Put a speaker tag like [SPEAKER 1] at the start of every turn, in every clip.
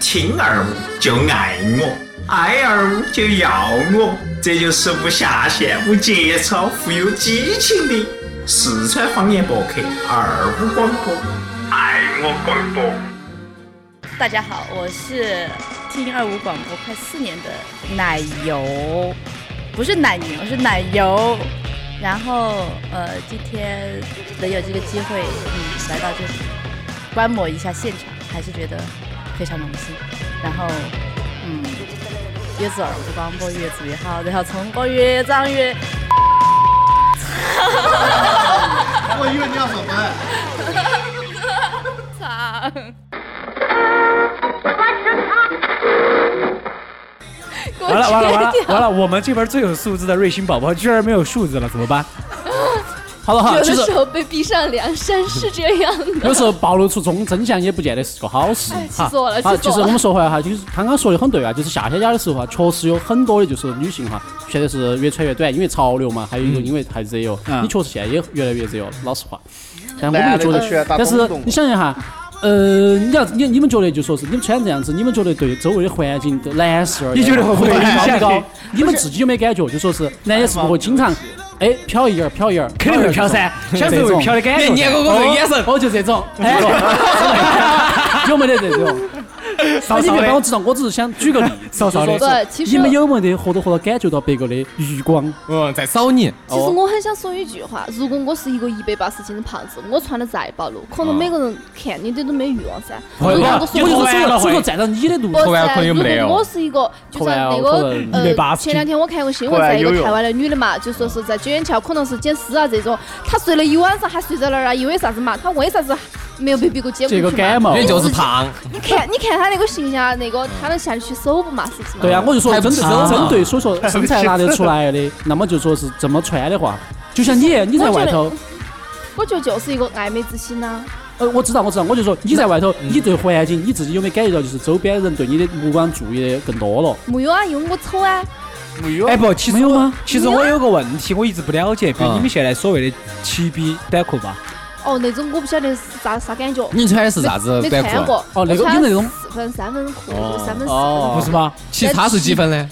[SPEAKER 1] 听二五就爱我，爱二五就要我，这就是无下限、无节操、富有激情的四川方言博客二五广播，爱我广播。
[SPEAKER 2] 大家好，我是听二五广播快四年的奶油，不是奶牛，是奶油。然后呃，今天能有这个机会，嗯，来到这里观摩一下现场，还是觉得非常荣幸。然后嗯，越做二五广播越做越好，然后中国越长越。
[SPEAKER 3] 我以为你要说哎，
[SPEAKER 2] 长。
[SPEAKER 4] 完了完了 完了完了！我们这边最有素质的瑞星宝宝居然没有素质了，怎么 办？
[SPEAKER 5] 好了哈，
[SPEAKER 6] 有
[SPEAKER 5] 其
[SPEAKER 6] 的
[SPEAKER 5] 实
[SPEAKER 6] 时候被逼上梁山是这样的。
[SPEAKER 5] 有时候暴露出真真相也不见得是个好事
[SPEAKER 6] 哎气
[SPEAKER 5] 哈
[SPEAKER 6] 死我了。
[SPEAKER 5] 啊，
[SPEAKER 6] 气死
[SPEAKER 5] 其
[SPEAKER 6] 我了
[SPEAKER 5] 实我们说回来哈，就是刚刚说的很对啊，就是夏天家的时候啊，确实有很多的就是女性哈，现在是越穿越短，因为潮流嘛，还有一个因为太热哟。
[SPEAKER 4] 嗯
[SPEAKER 5] 你确实现在也越来越热哟，老实话。但我
[SPEAKER 3] 男
[SPEAKER 5] 们
[SPEAKER 3] 的
[SPEAKER 5] 就觉
[SPEAKER 3] 都喜欢
[SPEAKER 5] 得，
[SPEAKER 3] 打
[SPEAKER 5] 但是
[SPEAKER 3] 东东
[SPEAKER 5] 你想一下。呃，你要你你们觉得就说是你们穿这样子，你们觉得对周围的环境都难事而
[SPEAKER 4] 你觉得会不会
[SPEAKER 5] 影
[SPEAKER 4] 影响
[SPEAKER 5] 响
[SPEAKER 4] 你
[SPEAKER 5] 到？你们自己有没有感觉？就说是男的是不会经常哎飘一眼儿飘一眼儿，
[SPEAKER 4] 肯定会飘 噻，
[SPEAKER 5] 这
[SPEAKER 4] 小时候会
[SPEAKER 5] 种
[SPEAKER 4] 飘的感觉。
[SPEAKER 5] 我这个眼神，我就这种， 哎，有没得这种？
[SPEAKER 4] 骚
[SPEAKER 5] 你
[SPEAKER 4] 骚
[SPEAKER 5] 别帮我
[SPEAKER 4] 的，
[SPEAKER 5] 知道，我只是想举个例子，
[SPEAKER 4] 骚骚的
[SPEAKER 5] 就是说
[SPEAKER 6] 对其实
[SPEAKER 5] 你们有没得或多或少感觉到别个的余光？
[SPEAKER 4] 嗯，在扫你。
[SPEAKER 5] 哦
[SPEAKER 6] 其实我很想说一句话，如果我是一个一百八十斤的胖子，我穿的再暴露，可能每个人看你的都没欲望噻。
[SPEAKER 4] 会
[SPEAKER 6] 如
[SPEAKER 4] 吧
[SPEAKER 6] 果我
[SPEAKER 5] 我就
[SPEAKER 6] 说
[SPEAKER 4] 你
[SPEAKER 5] 是
[SPEAKER 4] 完了
[SPEAKER 5] 说，
[SPEAKER 4] 会
[SPEAKER 5] 如果站到你的路
[SPEAKER 6] 不，是
[SPEAKER 4] 口味可能有没得
[SPEAKER 6] 如
[SPEAKER 4] 哦
[SPEAKER 6] 果我是一个，就
[SPEAKER 5] 口味
[SPEAKER 6] 像
[SPEAKER 5] 啊
[SPEAKER 6] 那
[SPEAKER 5] 口
[SPEAKER 6] 个
[SPEAKER 5] 味
[SPEAKER 6] 呃，
[SPEAKER 4] 180
[SPEAKER 6] 前两天我看个新闻，
[SPEAKER 5] 哦
[SPEAKER 3] 口味
[SPEAKER 6] 在一
[SPEAKER 3] 有
[SPEAKER 6] 个
[SPEAKER 3] 用
[SPEAKER 6] 台湾的女的嘛，就说是在九眼桥可能是捡尸啊这种，她睡了一晚上还睡在那儿啊，因为啥子嘛？她为啥子没有被别个捡
[SPEAKER 5] 这
[SPEAKER 6] 过
[SPEAKER 5] 个
[SPEAKER 6] 去嘛
[SPEAKER 5] 感冒嗯
[SPEAKER 6] 因为
[SPEAKER 7] 就是
[SPEAKER 6] 自己
[SPEAKER 7] 胖，
[SPEAKER 6] 你看，你看她那个形象，那个她能下得去手不嘛？是不是嘛？
[SPEAKER 5] 对呀、啊，我就说
[SPEAKER 7] 太不
[SPEAKER 5] 针对
[SPEAKER 7] 吃了
[SPEAKER 5] 针对所说身材拿得出来的，那么就说是这么穿的话，就像你，你在外头，
[SPEAKER 6] 我觉得就是一个爱美之心呐。
[SPEAKER 5] 呃，我知道，我知道，我就说你在外头，你对环境，你自己有没有感觉到，就是周边人对你的目光注意的更多了？
[SPEAKER 6] 没有啊，因为我丑啊。
[SPEAKER 3] 没有
[SPEAKER 4] 哎，不，其
[SPEAKER 5] 没
[SPEAKER 4] 实
[SPEAKER 5] 有
[SPEAKER 4] 我
[SPEAKER 5] 吗
[SPEAKER 4] 其实我有啊个问题，我一直不了解，比如
[SPEAKER 7] 嗯
[SPEAKER 4] 你们现在所谓的齐逼短裤吧，
[SPEAKER 6] 哦，那种我不晓得是啥啥感觉。
[SPEAKER 7] 你穿的是啥子
[SPEAKER 6] 没
[SPEAKER 7] 短
[SPEAKER 6] 穿
[SPEAKER 7] 裤？
[SPEAKER 6] 过。
[SPEAKER 5] 哦那个
[SPEAKER 6] 我穿
[SPEAKER 5] 你那种
[SPEAKER 6] 四分、三分裤，就三分、四
[SPEAKER 5] 哦
[SPEAKER 6] 分
[SPEAKER 4] 不是吗？
[SPEAKER 7] 其他是几分呢？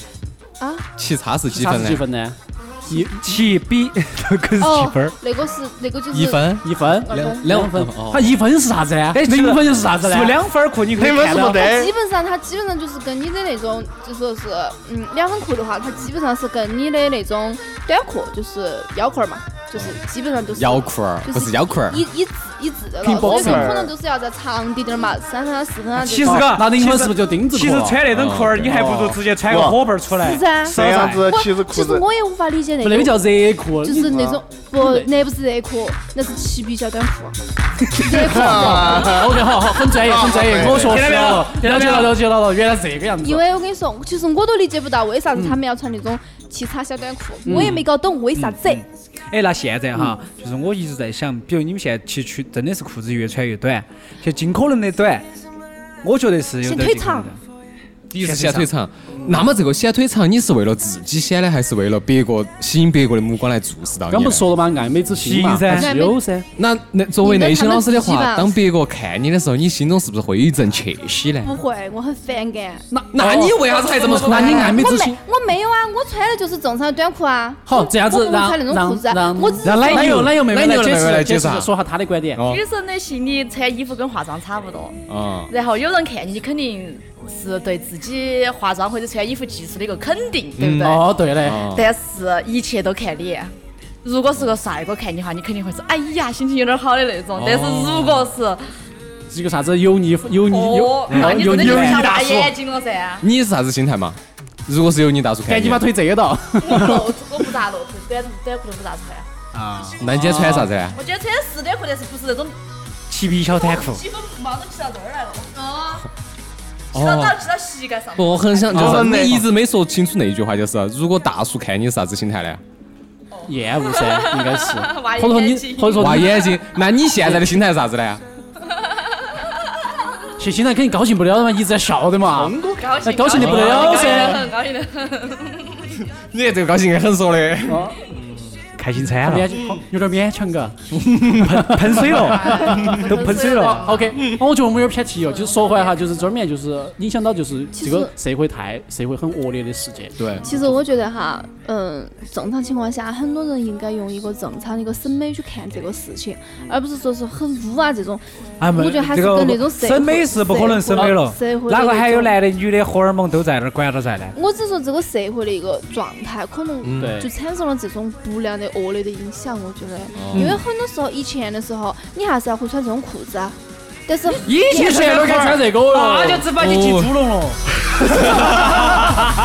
[SPEAKER 6] 啊。
[SPEAKER 7] 其他是几
[SPEAKER 5] 啥
[SPEAKER 7] 分
[SPEAKER 5] 是几
[SPEAKER 7] 呢？
[SPEAKER 5] 分呢？
[SPEAKER 4] 一齐逼 可是几分
[SPEAKER 6] 哦
[SPEAKER 4] 儿？，
[SPEAKER 6] 那个是那个就是
[SPEAKER 7] 一分，
[SPEAKER 5] 一分，
[SPEAKER 6] 二
[SPEAKER 7] 两
[SPEAKER 6] 分。
[SPEAKER 5] 两分
[SPEAKER 7] 哦，
[SPEAKER 5] 他一分是啥子呢？
[SPEAKER 4] 哎，
[SPEAKER 5] 零分又是啥子
[SPEAKER 4] 呢？
[SPEAKER 5] 呢
[SPEAKER 4] 是？不是两分儿裤你可以
[SPEAKER 3] 你们
[SPEAKER 4] 看
[SPEAKER 3] 是没
[SPEAKER 4] 到。
[SPEAKER 6] 它
[SPEAKER 3] 得
[SPEAKER 6] 基。本上，它基本上就是跟你的那种，就说是，嗯，两分裤的话，它基本上是跟你的那种短裤，就是腰裤儿嘛，就是基本上都是
[SPEAKER 7] 腰裤儿
[SPEAKER 6] 就是
[SPEAKER 7] 不是腰裤儿，
[SPEAKER 6] 一一致一致的
[SPEAKER 5] 拼
[SPEAKER 6] 了。所以说
[SPEAKER 3] boxer
[SPEAKER 6] 可能就是要再长滴点儿嘛，三分啊、四分啊这
[SPEAKER 4] 其实
[SPEAKER 6] 种。
[SPEAKER 4] 个，
[SPEAKER 5] 哦那零分
[SPEAKER 4] 其
[SPEAKER 5] 是
[SPEAKER 4] 实
[SPEAKER 5] 不是就 钉子裤
[SPEAKER 4] 其
[SPEAKER 5] 了？
[SPEAKER 4] 实穿那种裤儿，
[SPEAKER 7] 哦
[SPEAKER 4] 你还不如直接穿个
[SPEAKER 3] 哇
[SPEAKER 4] 火盆儿出来
[SPEAKER 6] 是。噻。
[SPEAKER 3] 这样子
[SPEAKER 6] 不
[SPEAKER 3] 其实
[SPEAKER 6] 其
[SPEAKER 3] 裤
[SPEAKER 6] 实
[SPEAKER 3] 子
[SPEAKER 6] 我也无法理解那
[SPEAKER 5] 不那个
[SPEAKER 6] 种。
[SPEAKER 5] 叫热裤，
[SPEAKER 6] 就
[SPEAKER 5] 你
[SPEAKER 6] 是那种不，那不是热裤，那是齐逼小短裤。热裤，
[SPEAKER 3] 啊，
[SPEAKER 5] 哦 OK，好好，很专业，很专业，我学
[SPEAKER 4] 听到
[SPEAKER 5] 识
[SPEAKER 4] 没有
[SPEAKER 5] 了，
[SPEAKER 4] 听到
[SPEAKER 5] 了
[SPEAKER 4] 没有
[SPEAKER 5] 解了，了解了，原来是这个样子。
[SPEAKER 6] 因为我跟你说，其实我都理解不到为啥
[SPEAKER 5] 嗯
[SPEAKER 6] 子他们要穿那种齐叉小短裤，我也没搞懂为
[SPEAKER 5] 嗯
[SPEAKER 6] 啥子。
[SPEAKER 4] 哎，那现在哈，就是我一直在想，比如你们现在其实去真的是裤子越穿越短，就尽可能的短。我觉得是有
[SPEAKER 6] 显
[SPEAKER 4] 点
[SPEAKER 6] 腿
[SPEAKER 4] 这个
[SPEAKER 6] 长
[SPEAKER 4] 的。
[SPEAKER 7] 第一是显腿长。那么这个显腿长，你是为了自己显呢，还是为了别个吸引别个的目光来注视到你
[SPEAKER 5] 刚
[SPEAKER 7] 呢？
[SPEAKER 5] 不是说了吗？爱美之心嘛，
[SPEAKER 4] 行噻
[SPEAKER 5] 还是有噻。
[SPEAKER 7] 那那作为内心老师的
[SPEAKER 6] 你跟他
[SPEAKER 7] 话，
[SPEAKER 6] 们
[SPEAKER 7] 当别个看你的时候，你心中是不是会有一阵窃喜呢？
[SPEAKER 6] 不会，我很反感。
[SPEAKER 5] 那
[SPEAKER 7] 那你为啥子还这么说？
[SPEAKER 5] 那你爱美
[SPEAKER 6] 我
[SPEAKER 5] 之
[SPEAKER 6] 没
[SPEAKER 5] 心，
[SPEAKER 6] 我没有啊，我穿的就是正常的短裤啊。
[SPEAKER 5] 好这样
[SPEAKER 6] 我
[SPEAKER 5] 子
[SPEAKER 6] 不会
[SPEAKER 5] 让
[SPEAKER 6] 穿那种裤子啊
[SPEAKER 5] 让
[SPEAKER 6] 我只是
[SPEAKER 5] 让奶
[SPEAKER 6] 说
[SPEAKER 5] 油奶油妹妹
[SPEAKER 7] 奶
[SPEAKER 5] 来
[SPEAKER 7] 油
[SPEAKER 5] 解
[SPEAKER 7] 妹
[SPEAKER 5] 释
[SPEAKER 7] 妹来解
[SPEAKER 5] 解释
[SPEAKER 7] 释啊，
[SPEAKER 5] 说下她的观点。
[SPEAKER 7] 哦
[SPEAKER 2] 女生的心理穿衣服跟化妆差不多，
[SPEAKER 7] 啊，
[SPEAKER 2] 然后有人看你，肯定是对自己化妆或者穿衣服技术的一个肯定，对不对？
[SPEAKER 5] 哦，对嘞，
[SPEAKER 7] 哦
[SPEAKER 2] 但是一切都看脸。如果是个帅哥看你的话，你肯定会说哎呀，心情有点好的那种。但是如果是
[SPEAKER 5] 哦这个啥子油腻油腻油
[SPEAKER 2] 哦，那你
[SPEAKER 5] 油
[SPEAKER 2] 真的
[SPEAKER 5] 腻
[SPEAKER 2] 就
[SPEAKER 5] 油腻
[SPEAKER 2] 想
[SPEAKER 5] 大
[SPEAKER 2] 挖
[SPEAKER 5] 叔，
[SPEAKER 2] 眼睛了噻。
[SPEAKER 7] 你是啥子心态嘛？如果是有你大叔看
[SPEAKER 5] 赶
[SPEAKER 7] 你
[SPEAKER 5] 紧把，腿折到。
[SPEAKER 2] 我不露，我不咋露腿，短短裤都不咋穿。
[SPEAKER 7] 那你今天穿啥子啊呢？
[SPEAKER 2] 我今天穿的是短裤，但是不是那种
[SPEAKER 4] 齐逼小短裤，
[SPEAKER 2] 几分毛都骑到这儿来了，骑到
[SPEAKER 7] 哦
[SPEAKER 2] 哪儿骑到膝盖上。
[SPEAKER 7] 不，我很想，就是
[SPEAKER 3] 哦那
[SPEAKER 7] 你一直没说清楚那句话，就是如果大叔看你是啥子心态呢？
[SPEAKER 5] 厌 恶噻，应该是
[SPEAKER 2] 挖。
[SPEAKER 5] 或者说
[SPEAKER 2] 眼
[SPEAKER 5] 你
[SPEAKER 2] 睛，
[SPEAKER 5] 或者说
[SPEAKER 7] 挖
[SPEAKER 5] 你，
[SPEAKER 7] 眼睛，那你现在的心态是啥子呢？
[SPEAKER 5] 其实现在肯定高兴不了嘛，一直在笑的嘛。哎
[SPEAKER 2] 高兴，
[SPEAKER 5] 高兴得不得了噻嗯
[SPEAKER 2] 高兴得很，高兴得很。
[SPEAKER 7] 你这个高兴很说的，
[SPEAKER 4] 开心惨了
[SPEAKER 5] 勉，哎有点勉强嘎。
[SPEAKER 4] 喷水了， 都喷水了。
[SPEAKER 5] OK，那我觉得我们有点偏题哦。就是说回来哈，就是这里面就是影响到就是
[SPEAKER 6] 其实
[SPEAKER 5] 这个社会太社会很恶劣的事件。
[SPEAKER 7] 对，
[SPEAKER 6] 其实我觉得哈，嗯，正常情况下，很多人应该用一个正常的一个审美去看这个事情，而不是说是很污啊这种。
[SPEAKER 4] 啊，
[SPEAKER 6] 我觉得还是
[SPEAKER 4] 这个
[SPEAKER 6] 跟那种社会
[SPEAKER 4] 审美是不可能审美了
[SPEAKER 6] 社会，
[SPEAKER 4] 哪个还有
[SPEAKER 6] 那种
[SPEAKER 4] 男的女的荷尔蒙都在那儿管着在呢？
[SPEAKER 6] 我只说这个社会的一个状态，可能
[SPEAKER 5] 对
[SPEAKER 6] 就产生了这种不良的恶劣的影响。我觉得，
[SPEAKER 7] 哦
[SPEAKER 6] 因为很多时候以前的时候，你还是要会穿这种裤子啊，但是
[SPEAKER 4] 以前
[SPEAKER 5] 谁都敢穿这个哦哟
[SPEAKER 4] 那就只把你进猪笼了。哦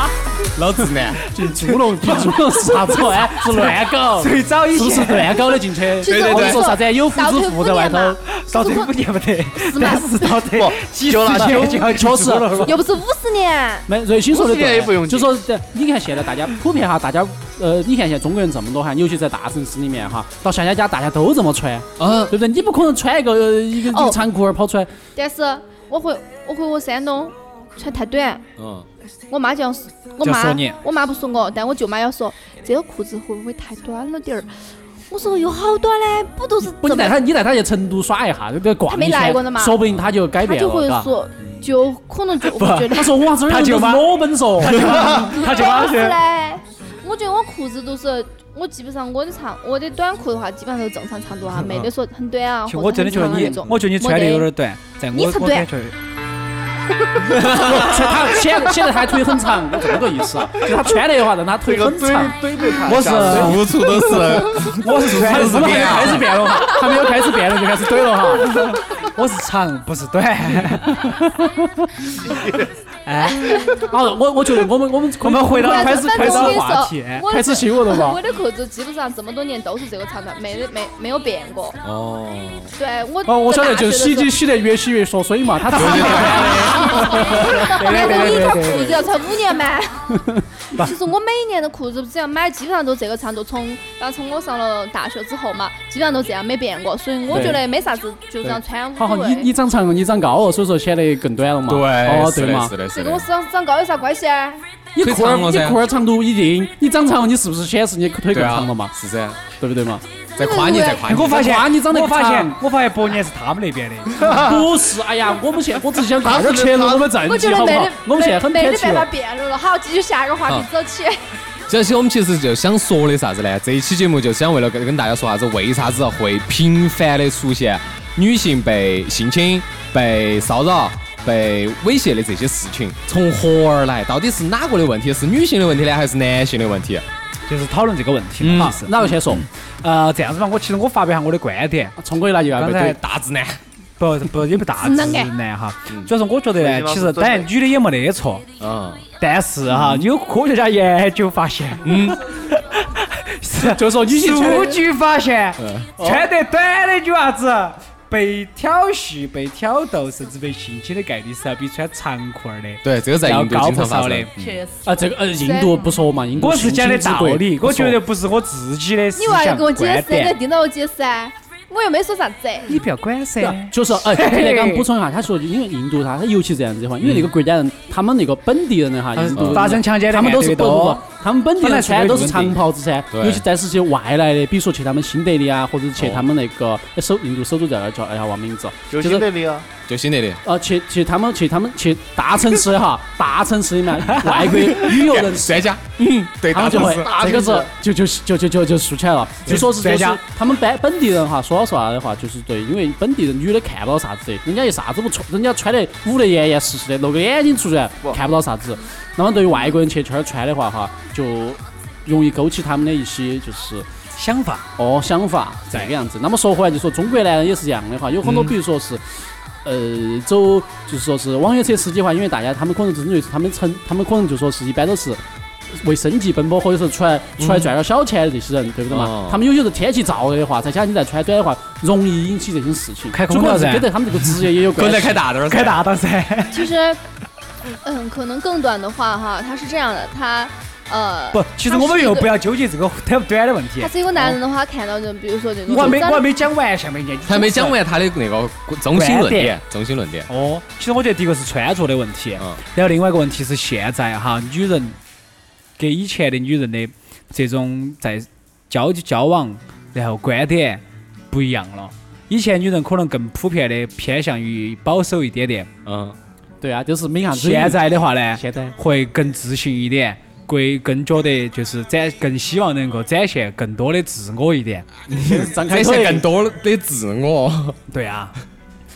[SPEAKER 7] 老子 呢？
[SPEAKER 5] 进猪笼，进猪笼是啥子？哎，是乱 搞，
[SPEAKER 4] 最早 以
[SPEAKER 5] 是不是
[SPEAKER 4] 前
[SPEAKER 5] 乱搞的进去？
[SPEAKER 6] 其实
[SPEAKER 5] 我
[SPEAKER 6] 我
[SPEAKER 5] 们
[SPEAKER 6] 们
[SPEAKER 5] 说啥子？有夫
[SPEAKER 6] 倒
[SPEAKER 5] 之
[SPEAKER 6] 退
[SPEAKER 5] 妇
[SPEAKER 6] 五
[SPEAKER 5] 在外
[SPEAKER 6] 年
[SPEAKER 5] 头，
[SPEAKER 6] 嘛，
[SPEAKER 4] 到这五年不得，
[SPEAKER 6] 是吗
[SPEAKER 4] 但？是到这
[SPEAKER 3] 不
[SPEAKER 4] 几十
[SPEAKER 3] 就 拿
[SPEAKER 4] 年就要进
[SPEAKER 5] 确实
[SPEAKER 4] 猪笼了。
[SPEAKER 6] 又不是五十年，
[SPEAKER 5] 没瑞鑫说的
[SPEAKER 3] 五十年
[SPEAKER 5] 对，
[SPEAKER 3] 也不用
[SPEAKER 5] 就
[SPEAKER 3] 进
[SPEAKER 5] 说这你看现在大家普遍哈，大家呃，你看现在中国人这么多哈，尤其在大城市里面哈，到乡下家大家都这么穿，
[SPEAKER 7] 啊
[SPEAKER 5] 对，不对？你不可能穿一个呃一个一个
[SPEAKER 6] 哦
[SPEAKER 5] 长裤儿跑出来，
[SPEAKER 6] 但是我回我回我山东穿太短，
[SPEAKER 7] 嗯，
[SPEAKER 6] 我妈这样说，我
[SPEAKER 4] 就说
[SPEAKER 6] 妈
[SPEAKER 4] 你
[SPEAKER 6] 我妈不说我，但我舅妈要说这个裤子会不会太短了点儿？我说有好短嘞，不都是
[SPEAKER 5] 不，
[SPEAKER 6] 这
[SPEAKER 5] 你带
[SPEAKER 6] 么？
[SPEAKER 5] 他，你带他去成都耍一下，对不对？逛
[SPEAKER 6] 他没
[SPEAKER 5] 一圈
[SPEAKER 6] 来过的嘛
[SPEAKER 5] 说不定他就改
[SPEAKER 6] 她
[SPEAKER 5] 变
[SPEAKER 6] 就
[SPEAKER 5] 了，
[SPEAKER 6] 会
[SPEAKER 5] 嘎
[SPEAKER 6] 说，就可 能就会觉得
[SPEAKER 5] 他说我往这儿
[SPEAKER 4] 他
[SPEAKER 5] 人
[SPEAKER 4] 舅
[SPEAKER 5] 都是
[SPEAKER 4] 妈
[SPEAKER 5] 裸奔说，
[SPEAKER 4] 他就
[SPEAKER 6] 不
[SPEAKER 4] 往
[SPEAKER 6] 是
[SPEAKER 4] 这，
[SPEAKER 6] 嘞，我觉得我裤子都是，我基本上我的长，我的短裤的话，基本上都是正常长 度啊，没得说很短啊，
[SPEAKER 4] 嗯其 实我
[SPEAKER 6] 或者
[SPEAKER 4] 真的觉
[SPEAKER 6] 很
[SPEAKER 4] 得
[SPEAKER 6] 长的
[SPEAKER 4] 你
[SPEAKER 6] 那种，。
[SPEAKER 4] 我觉得你穿的有点短，在我
[SPEAKER 6] 你才
[SPEAKER 4] 我
[SPEAKER 6] 短
[SPEAKER 4] 感觉，
[SPEAKER 5] 穿他显显得他腿很长，这么个意思啊？就他穿的话，让他腿很长。
[SPEAKER 3] 怼怼他
[SPEAKER 5] 我是
[SPEAKER 7] 无处都是，
[SPEAKER 4] 我是穿
[SPEAKER 5] 还
[SPEAKER 4] 的
[SPEAKER 5] 是
[SPEAKER 4] 是
[SPEAKER 5] 没
[SPEAKER 4] 短
[SPEAKER 5] 有开始变了哈，还没有开始变了就开始怼了哈。
[SPEAKER 4] 我是长不是短。哎，
[SPEAKER 5] 好，啊我我觉得我们我们
[SPEAKER 4] 我们回到
[SPEAKER 6] 但
[SPEAKER 4] 开
[SPEAKER 6] 是
[SPEAKER 4] 始
[SPEAKER 6] 但
[SPEAKER 4] 开
[SPEAKER 6] 是
[SPEAKER 4] 始
[SPEAKER 6] 我跟你
[SPEAKER 4] 话
[SPEAKER 6] 说
[SPEAKER 4] 题。
[SPEAKER 6] 我的
[SPEAKER 5] 开始新闻了吧
[SPEAKER 6] 我的裤子基本上这么多年都是这个长短，没得没没有变过。
[SPEAKER 7] 哦，
[SPEAKER 6] 对我
[SPEAKER 5] 哦，我晓得，就是洗衣机
[SPEAKER 6] 机。
[SPEAKER 5] 洗得越洗越缩水嘛，它
[SPEAKER 7] 对对对
[SPEAKER 6] 难道你一条裤子要穿五 年吗？其实我每年的裤子只要买，基本上都这个长度。从然后从我上了大学之后嘛，基本上都这样没变过，所以我觉得没啥子，就这样穿无
[SPEAKER 5] 好好，
[SPEAKER 6] 所
[SPEAKER 5] 你
[SPEAKER 6] 谓。
[SPEAKER 5] 你长长，你长高哦，所以说显得更短了嘛。哦，
[SPEAKER 7] 是
[SPEAKER 5] 对
[SPEAKER 7] 的，
[SPEAKER 5] 嘛
[SPEAKER 7] 是。的，
[SPEAKER 6] 这
[SPEAKER 7] 是
[SPEAKER 6] 跟我
[SPEAKER 7] 的。
[SPEAKER 6] 长长高有啥关系啊？
[SPEAKER 5] 你
[SPEAKER 7] 腿
[SPEAKER 5] 裤儿
[SPEAKER 7] 长了
[SPEAKER 5] 你
[SPEAKER 7] 噻
[SPEAKER 5] 裤儿长度一定，你长长，你是不是显示你腿
[SPEAKER 7] 对
[SPEAKER 5] 更
[SPEAKER 7] 啊
[SPEAKER 5] 长了嘛？，
[SPEAKER 7] 是噻，
[SPEAKER 5] 对不对嘛？
[SPEAKER 7] 再夸你，再夸你，
[SPEAKER 4] 哎我发
[SPEAKER 5] 哇
[SPEAKER 4] 现，
[SPEAKER 5] 你长得
[SPEAKER 4] 我发现
[SPEAKER 5] 长，
[SPEAKER 4] 我发现伯年是他们那边的。
[SPEAKER 5] 不是，哎呀，我们现我只想快点切入我们
[SPEAKER 6] 我
[SPEAKER 5] 正
[SPEAKER 6] 觉
[SPEAKER 5] 题，
[SPEAKER 6] 得
[SPEAKER 5] 好不
[SPEAKER 6] 没
[SPEAKER 5] 好
[SPEAKER 6] 得？
[SPEAKER 5] 我们现在很
[SPEAKER 6] 没
[SPEAKER 5] 偏
[SPEAKER 6] 得
[SPEAKER 5] 题
[SPEAKER 6] 办法
[SPEAKER 5] 了。
[SPEAKER 6] 辩论了。好，继续下一个话题
[SPEAKER 7] 啊
[SPEAKER 6] 走起。
[SPEAKER 7] 这些我们其实就想说的啥子呢？这一期节目就想为了跟跟大家说啥子，为啥子会频繁的出现女性被性侵、被骚扰、被猥亵的这些事情，从何而来？到底是哪个的问题？是女性的问题呢，还是男性的问题？
[SPEAKER 4] 就是讨论这个问题嘛。
[SPEAKER 7] 嗯
[SPEAKER 4] 是
[SPEAKER 5] 哪个先说？
[SPEAKER 4] 呃，这样子嘛，我其实我发表一下我的观点，
[SPEAKER 5] 冲过来就要被
[SPEAKER 4] 刚才
[SPEAKER 5] 怼。
[SPEAKER 7] 大直男，
[SPEAKER 4] 不不也不大直男哈，
[SPEAKER 5] 嗯
[SPEAKER 4] 主要是我觉得
[SPEAKER 3] 为什
[SPEAKER 4] 呢，
[SPEAKER 3] 么
[SPEAKER 4] 其实当然女的也没得错，
[SPEAKER 7] 嗯，
[SPEAKER 4] 但是哈，有科学家研究发现，嗯， 是
[SPEAKER 5] 就是说女性穿
[SPEAKER 4] 数据发现，
[SPEAKER 7] 嗯
[SPEAKER 5] 哦
[SPEAKER 4] 穿得短的女娃子。被挑衅、被挑逗，甚至被性侵的概率是要比穿长裤儿的
[SPEAKER 7] 对，这个在
[SPEAKER 4] 要
[SPEAKER 7] 印度
[SPEAKER 4] 高
[SPEAKER 7] 经
[SPEAKER 4] 不
[SPEAKER 7] 常发
[SPEAKER 4] 少
[SPEAKER 7] 生
[SPEAKER 4] 的。。
[SPEAKER 2] 确实，
[SPEAKER 5] 啊，这个呃，印度不说嘛，印度
[SPEAKER 4] 我是讲的
[SPEAKER 5] 性侵
[SPEAKER 4] 道
[SPEAKER 5] 之鬼
[SPEAKER 4] 理，我
[SPEAKER 5] 不说
[SPEAKER 4] 觉得不是我自己的思
[SPEAKER 6] 你娃要
[SPEAKER 4] 想
[SPEAKER 6] 给我
[SPEAKER 4] 观
[SPEAKER 6] 解释，你
[SPEAKER 4] 点
[SPEAKER 6] 在。盯着我解释啊？我又没说啥子。
[SPEAKER 4] 你不要管噻
[SPEAKER 5] 对啊就是哎，
[SPEAKER 4] 嘿嘿
[SPEAKER 5] 来刚补充一下，他说因为印度他他尤其这样子的话，因为那个国家人他们那个本地人的哈，印度人
[SPEAKER 4] 哎发生强奸的
[SPEAKER 5] 嗯他们都
[SPEAKER 4] 案
[SPEAKER 5] 是
[SPEAKER 4] 例
[SPEAKER 5] 不不不
[SPEAKER 4] 多，
[SPEAKER 5] 他们本地
[SPEAKER 4] 本来
[SPEAKER 5] 人
[SPEAKER 4] 是
[SPEAKER 5] 穿的都
[SPEAKER 4] 有
[SPEAKER 5] 是
[SPEAKER 4] 问题
[SPEAKER 5] 长袍子噻，
[SPEAKER 7] 对
[SPEAKER 5] 尤其但是些外来的，比如说去他们新德里啊，或者去他们那个
[SPEAKER 4] 嗯
[SPEAKER 5] 哎首印度首都在那儿叫哎呀忘名字，
[SPEAKER 3] 就
[SPEAKER 5] 就是
[SPEAKER 3] 新的你啊，
[SPEAKER 7] 就新来的，
[SPEAKER 5] 呃去去他们去他们去大城市哈，大城市里 面外国旅游人士
[SPEAKER 7] 专家，嗯，对，大
[SPEAKER 5] 他们
[SPEAKER 7] 直
[SPEAKER 5] 就会
[SPEAKER 7] 男，
[SPEAKER 5] 这个是就就就就就就竖起来了。就说是就
[SPEAKER 4] 专
[SPEAKER 5] 是
[SPEAKER 4] 家
[SPEAKER 5] 他们本本地人哈，说老实话的话，就是对，因为本地人女的看不到啥子的，人家又啥子不穿，人家穿得捂得严严实实的，露个眼睛出来
[SPEAKER 3] 不
[SPEAKER 5] 看不到啥子。那么对于外国人去圈儿穿的话哈，就容易勾起他们的一些就是
[SPEAKER 4] 想法。
[SPEAKER 5] 哦想法这个样子。那么说回来，就说中国男人也是一样的哈，有很多
[SPEAKER 4] 嗯
[SPEAKER 5] 比如说是。呃，走就是说是网约车司机的话，因为大家他们可能针对他们成，他们可能就说是一般都是为生计奔波，或者是出来
[SPEAKER 4] 嗯
[SPEAKER 5] 出来赚点小钱的这些人，对不对嘛？
[SPEAKER 7] 哦
[SPEAKER 5] 他们有些是天气燥热的话，再加上你再穿短的话，容易引起这种事情。
[SPEAKER 4] 开空
[SPEAKER 5] 就可能
[SPEAKER 4] 调噻
[SPEAKER 5] 是跟得他们这个职 业也有关
[SPEAKER 7] 狗
[SPEAKER 5] 系
[SPEAKER 7] 在。开大灯，
[SPEAKER 4] 开，大档噻，
[SPEAKER 6] 其实，嗯，可能更短的话哈，它是这样的，它呃，
[SPEAKER 4] 不，其实我们又不要纠结这个短不短的问题
[SPEAKER 6] 它。是一个男人的话，看到就比如说这种，
[SPEAKER 4] 我还没
[SPEAKER 6] 长
[SPEAKER 4] 我
[SPEAKER 6] 得
[SPEAKER 4] 还没讲完，下面你
[SPEAKER 7] 还没讲。完他的那个中心论点，中心论点，
[SPEAKER 4] 哦，其实我觉得第一个是穿着的问题，
[SPEAKER 7] 嗯
[SPEAKER 4] 然后另外一个问题是现在哈，女人跟以前的女人的这种在交交往，然后观点不一样了。以前女人可能更普遍的偏向于保守一点点，
[SPEAKER 7] 嗯，
[SPEAKER 5] 对啊，就是没啥子。
[SPEAKER 4] 现 在的话呢，
[SPEAKER 5] 现 在
[SPEAKER 4] 会更自信一点，会更觉得就是展更希望能够展现更多的自我一点。
[SPEAKER 5] 张
[SPEAKER 7] 展
[SPEAKER 5] 开
[SPEAKER 7] 现
[SPEAKER 5] 腿
[SPEAKER 7] 更多的自我。
[SPEAKER 4] 对 啊，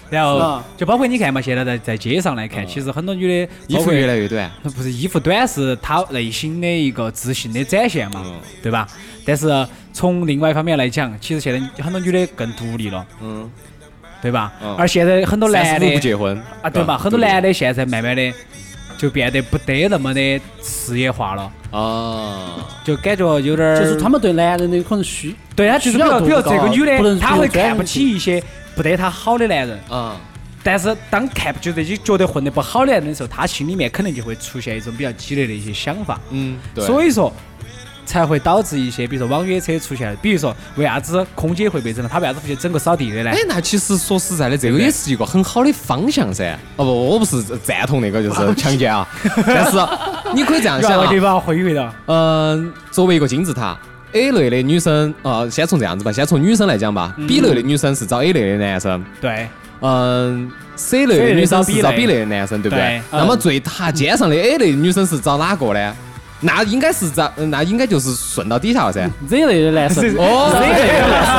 [SPEAKER 4] 然后
[SPEAKER 5] 啊
[SPEAKER 4] 就包括你看嘛，现在在在街上来看，其实很多女的
[SPEAKER 7] 啊衣
[SPEAKER 4] 包
[SPEAKER 7] 服
[SPEAKER 4] 括
[SPEAKER 7] 越来越啊短，
[SPEAKER 4] 不是衣服短是她内心的一个自信的展现嘛，
[SPEAKER 7] 嗯
[SPEAKER 4] 对吧？但是从另外一方面来讲，其实现在很多女的更独立了，
[SPEAKER 7] 嗯，
[SPEAKER 4] 对吧？
[SPEAKER 7] 嗯
[SPEAKER 4] 而现在很多男
[SPEAKER 7] 不
[SPEAKER 4] 的
[SPEAKER 7] 结婚嗯
[SPEAKER 4] 啊，对吧？很多
[SPEAKER 7] 的
[SPEAKER 4] 男的现在慢慢的就变得不得那么的事业化了，
[SPEAKER 7] 啊，
[SPEAKER 4] 就感觉有点儿
[SPEAKER 5] 就是他们对男人的可能需
[SPEAKER 4] 对他就是比如
[SPEAKER 5] 需要度
[SPEAKER 4] 比如
[SPEAKER 5] 不
[SPEAKER 4] 这个
[SPEAKER 5] 高
[SPEAKER 4] 女
[SPEAKER 5] 不
[SPEAKER 4] 的，
[SPEAKER 5] 能
[SPEAKER 4] 她
[SPEAKER 5] 不
[SPEAKER 4] 会
[SPEAKER 5] 能专
[SPEAKER 4] 看不
[SPEAKER 5] 一
[SPEAKER 4] 起一些不得她好的男人。
[SPEAKER 7] 啊，
[SPEAKER 4] 但是当看不就这些觉得混得不好的人的时候，他心里面肯定就会出现一种比较激烈的一些想法，
[SPEAKER 7] 嗯，对，
[SPEAKER 4] 所
[SPEAKER 7] 以
[SPEAKER 4] 以说才会导致一些，比如说网约车出现了，比如说为啥子空姐会被整了，她为啥子不去整个扫地的呢
[SPEAKER 7] 哎？，那其实说实在的，这个也是一个很好的方向噻。哦不，我不是赞同那个 就是强奸啊，但是你可以这样想
[SPEAKER 4] 然后
[SPEAKER 7] 啊
[SPEAKER 4] 就，把我挥回到，
[SPEAKER 7] 嗯，作为一个金字塔。A 类的女生，呃，先从这样子吧，先从女生来讲吧。B 类的女生是找 A 类的男生，
[SPEAKER 4] 对，
[SPEAKER 7] 嗯，C 类的女生是找 B 类的男生，对不对
[SPEAKER 4] 对？
[SPEAKER 7] 那么最塔尖上的 A 类女生是找哪个呢？那应该是找，那应该就是顺到底下了噻。
[SPEAKER 4] 哎
[SPEAKER 5] 这类 的男生，
[SPEAKER 7] 哦，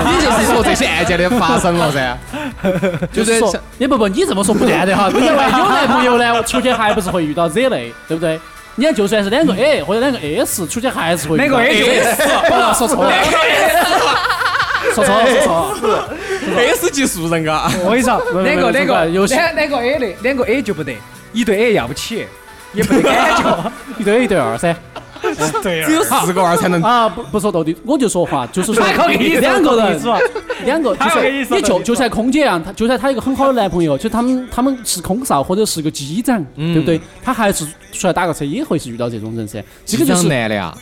[SPEAKER 7] 你就是说这些案件的发生了噻，
[SPEAKER 5] 就
[SPEAKER 7] 就是是
[SPEAKER 5] 说
[SPEAKER 7] 像，
[SPEAKER 5] 也不不，你这么说不对的哈，因为有男朋友呢，我出去还不是会遇到这类，对不对？你看，就算是两个 A 或者两个 S，出去还是会遇
[SPEAKER 4] 哪
[SPEAKER 5] 到
[SPEAKER 4] 个 A
[SPEAKER 5] 不要说错了，说错了，说错了，
[SPEAKER 7] A 是技术人嘎。
[SPEAKER 4] 我跟你说，
[SPEAKER 5] 不
[SPEAKER 4] 哪
[SPEAKER 5] 不
[SPEAKER 4] 个哪
[SPEAKER 5] 这个游
[SPEAKER 4] 个
[SPEAKER 5] 戏
[SPEAKER 4] 哪哪个 A 的，哪个 A 就不得，一对 A 要不起，也 不得感觉，
[SPEAKER 5] 一对一对二噻。
[SPEAKER 4] 对
[SPEAKER 7] 只有四个二才能。
[SPEAKER 5] 啊，不不说到底，我就说话，就 是说
[SPEAKER 4] 他靠给你说
[SPEAKER 5] 两个
[SPEAKER 4] 到底
[SPEAKER 5] 人
[SPEAKER 4] 是吧，
[SPEAKER 5] 两个就
[SPEAKER 4] 他靠给你
[SPEAKER 5] 是
[SPEAKER 4] 说
[SPEAKER 5] 你
[SPEAKER 4] 到
[SPEAKER 5] 就
[SPEAKER 4] 底
[SPEAKER 5] 就算空姐啊，她就算她一个很好的男朋友，就他们他们是空少或者是个机长，对不
[SPEAKER 7] 嗯
[SPEAKER 5] 对？他还是出来打个车也会是遇到这种人噻，这个就是
[SPEAKER 7] 男的呀，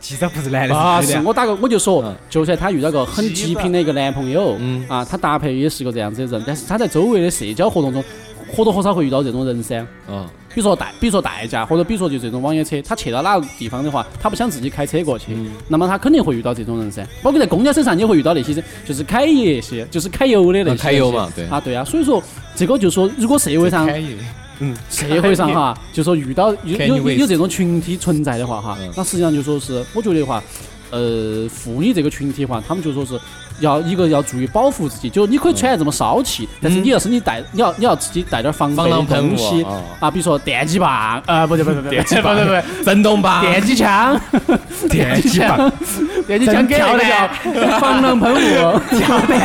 [SPEAKER 4] 记者不是男
[SPEAKER 5] 啊，
[SPEAKER 7] 哎
[SPEAKER 4] 的，
[SPEAKER 5] 是
[SPEAKER 4] 女的，
[SPEAKER 5] 我打个，我就说，就算她遇到个很极品的一个男朋友，
[SPEAKER 7] 嗯
[SPEAKER 5] 啊，她搭配也是个这样子的人，但是她在周围的社交活动中，或多或少会遇到这种人噻。
[SPEAKER 7] 嗯，
[SPEAKER 5] 比如说代，比如说代驾，或者比如说就这种网约车，她去到哪个地方的话，她不想自己开车过
[SPEAKER 7] 嗯
[SPEAKER 5] 去，那么她肯定会遇到这种人噻。包括在公交车上也会遇到那些人，就是揩油些，就是揩油的那些。
[SPEAKER 7] 嗯揩油嘛对
[SPEAKER 5] 啊，对啊，所以说这个就说，如果社会上社会上哈，就说遇到有
[SPEAKER 7] Kanye
[SPEAKER 5] 有有
[SPEAKER 7] West
[SPEAKER 5] 有这种群体存在的话哈
[SPEAKER 7] 嗯，
[SPEAKER 5] 那实际上就说是，我觉得话，呃，妇女这个群体的话，他们就说是要一个要注意保护自己，就是你可以穿得这么骚气，但是你要身体带，你要你要自己带点防备
[SPEAKER 7] 防
[SPEAKER 5] 的
[SPEAKER 7] 狼喷雾
[SPEAKER 5] 东西
[SPEAKER 7] 哦
[SPEAKER 5] 啊，比如说电击棒，呃，不对不对不对，不对不对，
[SPEAKER 7] 震动吧，
[SPEAKER 5] 电击枪，电击枪，电击枪给那个叫防狼喷雾，跳弹。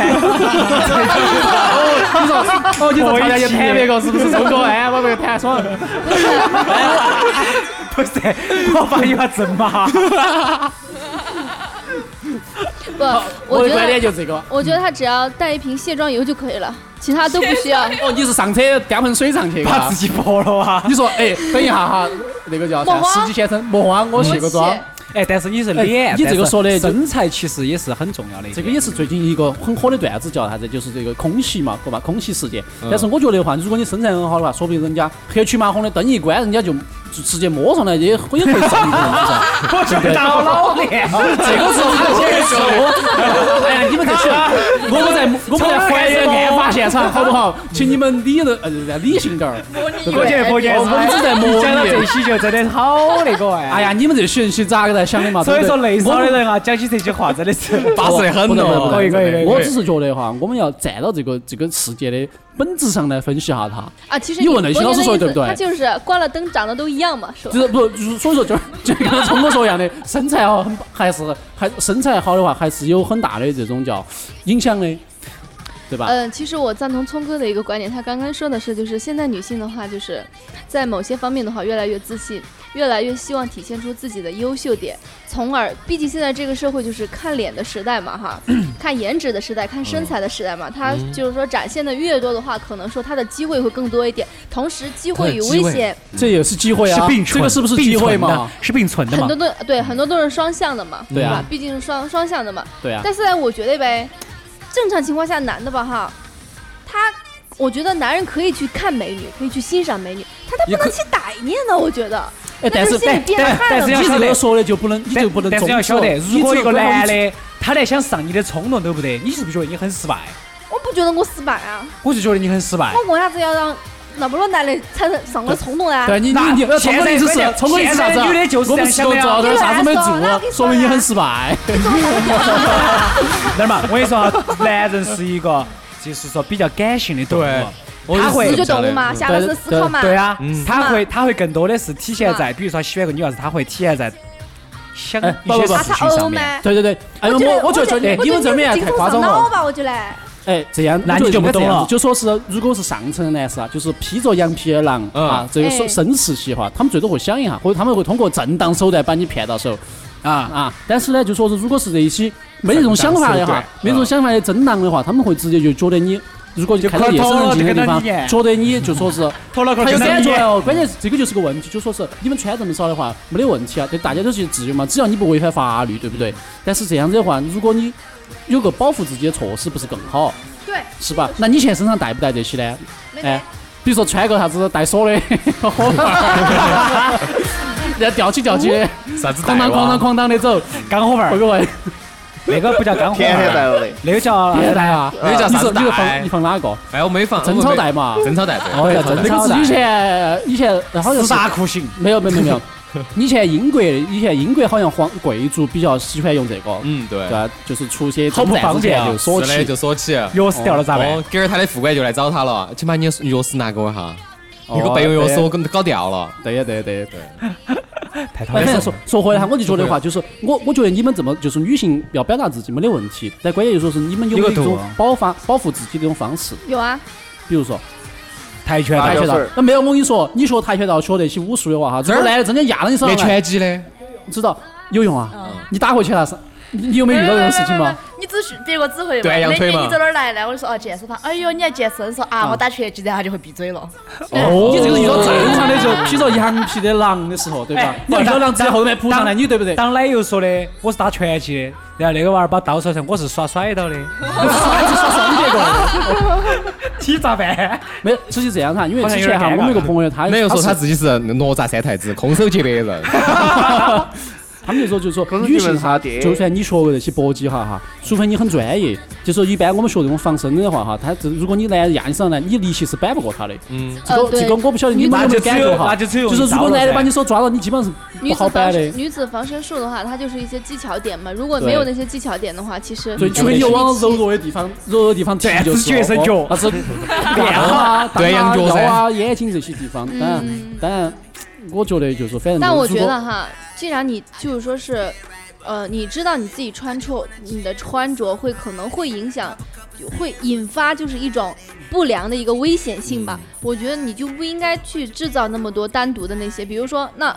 [SPEAKER 5] 哦，你说，哦，你说，大家就弹别个是不是中国哎，把别个弹爽。
[SPEAKER 4] 不是，我把你把整麻。
[SPEAKER 6] 不，
[SPEAKER 5] 我
[SPEAKER 6] 我
[SPEAKER 5] 的
[SPEAKER 6] 觉
[SPEAKER 5] 观
[SPEAKER 6] 得
[SPEAKER 5] 点就这个。
[SPEAKER 6] 我觉得他只要带一瓶卸妆油就可以了，其他都不需 要。
[SPEAKER 5] 哦，你是上车叼盆水上去的
[SPEAKER 4] 把
[SPEAKER 5] 啊
[SPEAKER 4] 自？己泼了啊！
[SPEAKER 5] 你说，哎，等一下哈，那个叫啥
[SPEAKER 6] 莫？慌
[SPEAKER 5] 司机先生，莫慌，我卸个妆。
[SPEAKER 4] 哎，但是你是
[SPEAKER 5] 哎
[SPEAKER 4] 脸，
[SPEAKER 5] 你这个
[SPEAKER 4] 但是
[SPEAKER 5] 说的就
[SPEAKER 4] 身材其实也是很重要的一点。
[SPEAKER 5] 这个也是最近一个很火的段子，叫啥子？就是这个空袭嘛，对吧？空袭事件。但是我觉得的话，如果你身材很好的话，说不定人家黑黢麻红的灯一关，人家就就直接摸上来，也也会上你的噻。
[SPEAKER 4] 我觉得我老脸，
[SPEAKER 5] 这个时候他先说，哎呀，你们这些，我们在 我们在还原案发现场，好不好？请你们理论呃理性点儿。
[SPEAKER 4] 我觉得伯爵
[SPEAKER 5] 我们只在模拟
[SPEAKER 4] 讲到这些就真的好那个哎。
[SPEAKER 5] 哎呀，你们这些人是咋个在想的嘛？
[SPEAKER 4] 所以说
[SPEAKER 5] 内
[SPEAKER 4] 内伤的人啊，讲起这句话真的是
[SPEAKER 7] 巴适得很哦。
[SPEAKER 4] 可以可以可以。
[SPEAKER 5] 我只是觉得哈，我们要站到这个这个事件的本质上来分析一下它。
[SPEAKER 6] 啊，其实
[SPEAKER 5] 你
[SPEAKER 6] 你
[SPEAKER 5] 问了
[SPEAKER 6] 我觉
[SPEAKER 5] 徐老
[SPEAKER 6] 得
[SPEAKER 5] 师说的
[SPEAKER 6] 意思
[SPEAKER 5] 对不对
[SPEAKER 6] 他就是关了灯，长得都一样嘛，是吧
[SPEAKER 5] 就？是不，就是所以说就是就跟刚才聪哥说一样的，身材好很还是还身材好的话，还是有很大的这种叫影响的，对吧？
[SPEAKER 6] 嗯，其实我赞同聪哥的一个观点，他刚刚说的是，就是现在女性的话，就是在某些方面的话，越来越自信，越来越希望体现出自己的优秀点，从而，毕竟现在这个社会就是看脸的时代嘛，哈，看颜值的时代，看身材的时代嘛，她就是说展现的越多的话，可能说她的机会会更多一点，同时机会与危险，
[SPEAKER 5] 这也是机会啊，这个是不是机会嘛？？
[SPEAKER 4] 是并存
[SPEAKER 6] 很多都对，很多都是双向的嘛，
[SPEAKER 5] 对啊
[SPEAKER 6] 吧？毕竟是双双向的嘛，
[SPEAKER 5] 对啊，
[SPEAKER 6] 但是呢，我觉得呗，正常情况下男的吧哈，他我觉得男人可以去看美女，可以去欣赏美女，他他
[SPEAKER 7] 也
[SPEAKER 6] 不
[SPEAKER 7] 可
[SPEAKER 6] 能去歹念呢，我觉得
[SPEAKER 5] 哎，但
[SPEAKER 8] 那
[SPEAKER 5] 是
[SPEAKER 8] 就心里
[SPEAKER 5] 但
[SPEAKER 8] 变态
[SPEAKER 4] 但
[SPEAKER 8] 了
[SPEAKER 4] 是
[SPEAKER 8] 嘛
[SPEAKER 4] 要
[SPEAKER 5] 你
[SPEAKER 4] 晓
[SPEAKER 5] 这
[SPEAKER 4] 得
[SPEAKER 5] 个说的就不能，你
[SPEAKER 4] 但
[SPEAKER 5] 就不能
[SPEAKER 4] 但是要
[SPEAKER 5] 总
[SPEAKER 4] 晓得，
[SPEAKER 5] 说
[SPEAKER 4] 如果
[SPEAKER 5] 你
[SPEAKER 4] 一
[SPEAKER 5] 只有
[SPEAKER 4] 个
[SPEAKER 5] 不能
[SPEAKER 4] 男的他连想上你的冲动都不得，你是不是觉得你很失败？
[SPEAKER 6] 我不觉得我失败啊，
[SPEAKER 4] 我就觉得你很失败。
[SPEAKER 6] 我为啥子要让那么多男的产生上我的冲动呢？
[SPEAKER 5] 对你你你，
[SPEAKER 4] 那
[SPEAKER 5] 成功的意思
[SPEAKER 4] 现在
[SPEAKER 5] 是成功的意思是啥
[SPEAKER 4] 现
[SPEAKER 5] 子
[SPEAKER 4] 在
[SPEAKER 5] 啊？
[SPEAKER 4] 女的就是
[SPEAKER 5] 我
[SPEAKER 4] 这
[SPEAKER 5] 们
[SPEAKER 4] 样想
[SPEAKER 5] 是都
[SPEAKER 4] 的呀
[SPEAKER 5] 做点啥子没
[SPEAKER 6] 对啊对
[SPEAKER 5] 做，
[SPEAKER 6] 啊
[SPEAKER 5] 说明你很失败。
[SPEAKER 4] 那嘛，我跟你说哈，男人是一个就是说比较感性的动
[SPEAKER 7] 对
[SPEAKER 4] 物，
[SPEAKER 7] 我
[SPEAKER 4] 他
[SPEAKER 7] 也是
[SPEAKER 4] 会
[SPEAKER 6] 直觉动物嘛，下半身思考嘛。
[SPEAKER 4] 对啊，
[SPEAKER 7] 嗯
[SPEAKER 4] 他
[SPEAKER 6] 吗
[SPEAKER 4] 会他会更多的是体现在，比如说他喜欢一个女娃子，他会体现在想
[SPEAKER 5] 哎
[SPEAKER 4] 一些
[SPEAKER 5] 不不不
[SPEAKER 6] 他
[SPEAKER 4] 事
[SPEAKER 6] 才
[SPEAKER 4] 情上
[SPEAKER 6] 哦
[SPEAKER 4] 面。
[SPEAKER 6] 吗？
[SPEAKER 5] 对对对，哎，我我
[SPEAKER 6] 我
[SPEAKER 5] 就觉得
[SPEAKER 6] 我
[SPEAKER 5] 你们这边
[SPEAKER 6] 是精
[SPEAKER 5] 也太
[SPEAKER 6] 神
[SPEAKER 5] 夸张
[SPEAKER 6] 上
[SPEAKER 5] 了
[SPEAKER 6] 脑。吧，我觉得。
[SPEAKER 5] 哎，这样
[SPEAKER 4] 那
[SPEAKER 5] 我
[SPEAKER 4] 你就
[SPEAKER 5] 觉得应该
[SPEAKER 4] 不懂
[SPEAKER 5] 这样子
[SPEAKER 4] 了
[SPEAKER 5] 就说是如果是上层的男士啊，就是披着羊皮的狼
[SPEAKER 7] 嗯
[SPEAKER 5] 啊，这个
[SPEAKER 6] 哎
[SPEAKER 5] 手生吃戏哈，他们最多会想一下，或者他们会通过正当手段把你骗到手。
[SPEAKER 4] 啊，
[SPEAKER 5] 啊，但是呢，就说是如果是这些没这种想法
[SPEAKER 4] 正
[SPEAKER 5] 的
[SPEAKER 4] 当手
[SPEAKER 5] 话
[SPEAKER 4] 段，
[SPEAKER 5] 没这种想法的真狼的话，他们会直接就觉得你，如果你
[SPEAKER 4] 就
[SPEAKER 5] 看到夜深人静的地
[SPEAKER 4] 可
[SPEAKER 5] 方，
[SPEAKER 4] 偷了
[SPEAKER 5] 觉得你就说是
[SPEAKER 4] 脱了个
[SPEAKER 5] 他有感觉
[SPEAKER 4] 觉。
[SPEAKER 5] 哦。关键是这个就是个问题，就说是你们穿这么少的话，没得问题啊，对大家都是自由嘛，只要你不违反法律，对不对？但是这样子的话，如果你有个保护自己的措施，不是更好，
[SPEAKER 6] 对，
[SPEAKER 5] 是吧？那你现在身上带不带这些呢？
[SPEAKER 6] 没
[SPEAKER 5] 哎
[SPEAKER 6] 得。，
[SPEAKER 5] 比如说穿个啥子带锁的，然后吊起吊起的，
[SPEAKER 7] 啥子
[SPEAKER 5] 哐当哐当哐当的走，
[SPEAKER 4] 干火
[SPEAKER 5] 会
[SPEAKER 4] 儿，
[SPEAKER 5] 不会？
[SPEAKER 4] 那个不叫干火
[SPEAKER 3] 天天
[SPEAKER 4] 儿，
[SPEAKER 3] 带 我的，
[SPEAKER 4] 那个叫
[SPEAKER 5] 别带啊！
[SPEAKER 7] 那叫
[SPEAKER 5] 你
[SPEAKER 7] 啥
[SPEAKER 5] 是
[SPEAKER 7] 子
[SPEAKER 5] 你
[SPEAKER 7] 带
[SPEAKER 5] 是放你？放哪个？
[SPEAKER 7] 哎，我没放
[SPEAKER 5] 真草带嘛。
[SPEAKER 7] 真草带对。
[SPEAKER 5] 哦，
[SPEAKER 4] 对
[SPEAKER 5] 叫
[SPEAKER 4] 真
[SPEAKER 5] 真
[SPEAKER 4] 草
[SPEAKER 5] 草
[SPEAKER 4] 带
[SPEAKER 5] 带。以前以前好像
[SPEAKER 4] 四
[SPEAKER 5] 是
[SPEAKER 4] 大酷刑。
[SPEAKER 5] 没有没有没有没 有，以前英国以前英国好像皇贵族比较喜欢用这个，
[SPEAKER 7] 嗯，对
[SPEAKER 5] 对。吧？就是出去
[SPEAKER 4] 好不
[SPEAKER 5] 征战
[SPEAKER 4] 方
[SPEAKER 5] 之
[SPEAKER 4] 便啊
[SPEAKER 5] 前就锁
[SPEAKER 7] 是的，
[SPEAKER 5] 起。
[SPEAKER 7] 就锁起。
[SPEAKER 4] 钥匙掉了咋办
[SPEAKER 7] 哦？，今儿他的副官就来找他了，请把你的钥匙拿给我一下。你个备用钥匙我给搞掉了。
[SPEAKER 5] 对呀对呀对呀 对呀。
[SPEAKER 4] 太讨厌
[SPEAKER 5] 反正
[SPEAKER 4] 了。
[SPEAKER 5] 说说回来哈，我就觉得话就是我我觉得你们这么就是女性要表达自己没得问题，但关键就说是你们有没有一
[SPEAKER 4] 有个
[SPEAKER 5] 种
[SPEAKER 4] 度啊
[SPEAKER 5] 保法保护自己的一种方式，
[SPEAKER 6] 有啊，
[SPEAKER 5] 比如说
[SPEAKER 4] 跆拳
[SPEAKER 5] 跆
[SPEAKER 4] 道
[SPEAKER 5] 拳
[SPEAKER 3] 打
[SPEAKER 5] 道
[SPEAKER 3] 个分儿。
[SPEAKER 5] 那没有，我跟你说，你学跆拳道学那些武术的话哈，这儿男的真的压到你身
[SPEAKER 7] 练
[SPEAKER 5] 上来。
[SPEAKER 7] 拳击的，
[SPEAKER 5] 知道有用啊！你打回去了是？你你有没有遇到这种事情吗？？
[SPEAKER 2] 你只是别个只会
[SPEAKER 7] 对阳
[SPEAKER 2] 那
[SPEAKER 7] 推
[SPEAKER 2] 天
[SPEAKER 7] 嘛
[SPEAKER 2] 你走哪儿来呢？我就说哦健身房。哎呦，你要健身？说啊，我打拳击的，他就会闭嘴了。
[SPEAKER 5] 哦，你这个遇到正常的就披着羊皮的狼的时候，对
[SPEAKER 4] 哦
[SPEAKER 5] 吧
[SPEAKER 4] 哎？
[SPEAKER 5] 你遇到狼直接后面扑上来，
[SPEAKER 4] 当
[SPEAKER 5] 你对不对？
[SPEAKER 4] 当奶油说的，我是打拳击的，然后那个娃儿把刀甩上，我是耍甩到的，
[SPEAKER 5] 哎
[SPEAKER 4] 你咋 办？
[SPEAKER 5] 没有，实际这样哈，因为
[SPEAKER 4] 好像
[SPEAKER 5] 之
[SPEAKER 4] 有点
[SPEAKER 5] 前哈，
[SPEAKER 4] 尴尬
[SPEAKER 5] 我们有个朋友，他
[SPEAKER 7] 奶油说他
[SPEAKER 5] 是
[SPEAKER 7] 自己是哪吒三太子，空手接白 刃。
[SPEAKER 5] 他们就说就说
[SPEAKER 3] 可是
[SPEAKER 5] 女
[SPEAKER 3] 你
[SPEAKER 5] 性
[SPEAKER 3] 们
[SPEAKER 5] 哈，
[SPEAKER 3] 啥爹
[SPEAKER 5] 就算你学过那些搏击哈哈，除非你很专业，就说一般我们学这种防身的话哈，他这如果你男人压你上来，你力气是扳不过他的。
[SPEAKER 7] 嗯，
[SPEAKER 5] 这
[SPEAKER 6] 呃
[SPEAKER 5] 个
[SPEAKER 6] 对
[SPEAKER 5] 这个我不晓得你们有没有感觉
[SPEAKER 4] 那
[SPEAKER 5] 哈，
[SPEAKER 4] 就只有
[SPEAKER 5] 就是如果男的把你手抓到，你基本上是
[SPEAKER 6] 女
[SPEAKER 5] 不好
[SPEAKER 6] 子
[SPEAKER 5] 掰
[SPEAKER 6] 防
[SPEAKER 5] 的
[SPEAKER 6] 身。女子防身术的话，它就是一些技巧点嘛。如果没有那些技巧点的话，其实
[SPEAKER 5] 对，除非你
[SPEAKER 6] 有
[SPEAKER 5] 往柔弱的地方、柔弱的地方踢
[SPEAKER 4] 对，
[SPEAKER 5] 就
[SPEAKER 4] 只
[SPEAKER 5] 是
[SPEAKER 4] 觉
[SPEAKER 5] 了哦
[SPEAKER 4] 伸脚
[SPEAKER 5] 那是
[SPEAKER 4] 变
[SPEAKER 5] 头
[SPEAKER 4] 了。
[SPEAKER 5] 啊、
[SPEAKER 7] 对
[SPEAKER 5] 裆
[SPEAKER 7] 羊角
[SPEAKER 5] 啊、
[SPEAKER 7] 噻
[SPEAKER 5] 腰啊、眼睛这些地方。当然，当然，我觉得就是反正。
[SPEAKER 6] 嗯但我觉得，哈，既然你就是说是，呃，你知道你自己穿着，你的穿着会可能会影响，会引发就是一种不良的一个危险性吧。我觉得你就不应该去制造那么多单独的那些，比如说，那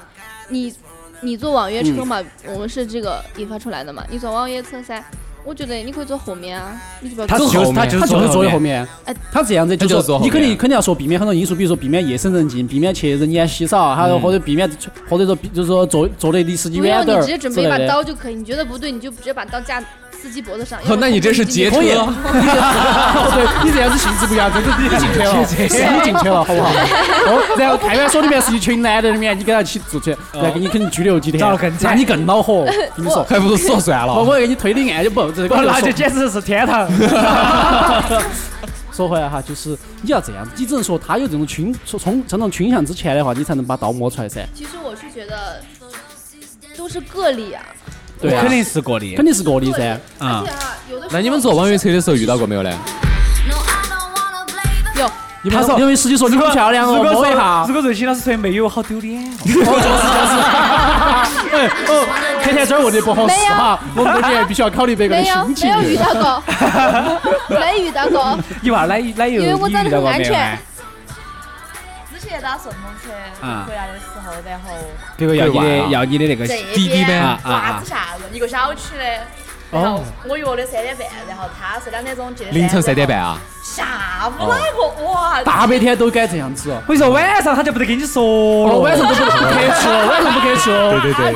[SPEAKER 6] 你你做网约车嘛，我们是这个引发出来的嘛，你做网约车噻。我觉得你可以坐后面啊，你就不要
[SPEAKER 4] 他
[SPEAKER 5] 走
[SPEAKER 7] 后
[SPEAKER 4] 就是
[SPEAKER 7] 面
[SPEAKER 4] 他就是
[SPEAKER 5] 他就是
[SPEAKER 4] 坐
[SPEAKER 5] 坐在后面
[SPEAKER 6] 哎，
[SPEAKER 5] 他这样子
[SPEAKER 7] 他就是
[SPEAKER 5] 就
[SPEAKER 7] 坐
[SPEAKER 5] 是
[SPEAKER 7] 后
[SPEAKER 5] 你
[SPEAKER 7] 面
[SPEAKER 5] 肯定肯定要说避免很多因素，比如说避免夜深人静，避免去人烟稀少，还有
[SPEAKER 7] 嗯
[SPEAKER 5] 或者避免或者说避就是说坐坐的离司机
[SPEAKER 6] 不用，
[SPEAKER 5] 远
[SPEAKER 6] 你
[SPEAKER 5] 点儿
[SPEAKER 6] 直接
[SPEAKER 5] 之
[SPEAKER 6] 准备一把
[SPEAKER 5] 类的。
[SPEAKER 6] 刀就可以。你觉得不对，你就直接把刀架司机脖子上。
[SPEAKER 7] 那你这是劫
[SPEAKER 5] 可以，
[SPEAKER 7] 车，
[SPEAKER 5] 对你这样子性质不一样，这个你进去了，是你进去了，好不好？哦，然后派出所里面是一群男的里面，你跟他一起做去，然后给你肯定拘留几天
[SPEAKER 4] 找得更，惨
[SPEAKER 5] 那你更 恼火。跟你说，
[SPEAKER 7] 还不如说算
[SPEAKER 5] 我
[SPEAKER 7] 了。
[SPEAKER 5] 我给你推的案就不 这个
[SPEAKER 4] 我
[SPEAKER 5] 就
[SPEAKER 4] 那
[SPEAKER 5] 说
[SPEAKER 4] 就简直是天 堂。
[SPEAKER 5] 说回来哈，就是你要这样，你只能说他有这种倾从这种倾向之前的话，你才能把刀摸出来噻。
[SPEAKER 6] 其实我是觉得都是个例啊，
[SPEAKER 5] 对啊
[SPEAKER 4] 肯，定是过的
[SPEAKER 5] 肯。定是个例
[SPEAKER 6] 个
[SPEAKER 5] 噻
[SPEAKER 6] 例。，
[SPEAKER 4] 啊
[SPEAKER 6] 而且哈，有的时候
[SPEAKER 7] 那你们坐网约车的时候遇到过没有呢？
[SPEAKER 5] 你们
[SPEAKER 4] 他说
[SPEAKER 5] 因为司机说你
[SPEAKER 4] 如
[SPEAKER 5] 很
[SPEAKER 4] 果
[SPEAKER 5] 漂亮
[SPEAKER 4] 如
[SPEAKER 5] 哦，
[SPEAKER 4] 果
[SPEAKER 5] 摸一
[SPEAKER 4] 说
[SPEAKER 5] 下
[SPEAKER 4] 如。果瑞希老师说没有，好丢脸 哦。
[SPEAKER 5] 哎哦，天天这儿问的不 好
[SPEAKER 6] 没
[SPEAKER 5] 是
[SPEAKER 6] 有
[SPEAKER 5] 哈，我们这边必须要考虑别个的
[SPEAKER 6] 没有
[SPEAKER 5] 心
[SPEAKER 6] 没
[SPEAKER 5] 情。
[SPEAKER 6] 有遇到过， 没遇到过，
[SPEAKER 4] 你娃儿奶奶油，
[SPEAKER 6] 因为我
[SPEAKER 4] 你遇
[SPEAKER 6] 长得
[SPEAKER 4] 到
[SPEAKER 6] 很
[SPEAKER 4] 过
[SPEAKER 6] 安
[SPEAKER 4] 没有啊
[SPEAKER 6] 全？
[SPEAKER 2] 之前打顺风车
[SPEAKER 4] 啊
[SPEAKER 2] 回来的时候，然后
[SPEAKER 4] 别个要你
[SPEAKER 7] 对娃
[SPEAKER 4] 的
[SPEAKER 7] 啊
[SPEAKER 4] 要你的那个
[SPEAKER 2] 这
[SPEAKER 7] 滴滴呗
[SPEAKER 2] 边
[SPEAKER 4] 啊啊啊
[SPEAKER 2] 娃子吓人，一个小区的。然后我约的三点半，然后他是两点钟接的。
[SPEAKER 7] 凌晨三点半，啊，
[SPEAKER 2] 下午哪个哇？
[SPEAKER 5] 大白天都该这样子。
[SPEAKER 4] 我跟你说，晚上他就不得跟你说了。
[SPEAKER 5] 哦，晚上都不不客气了，晚上不客气了。对对对。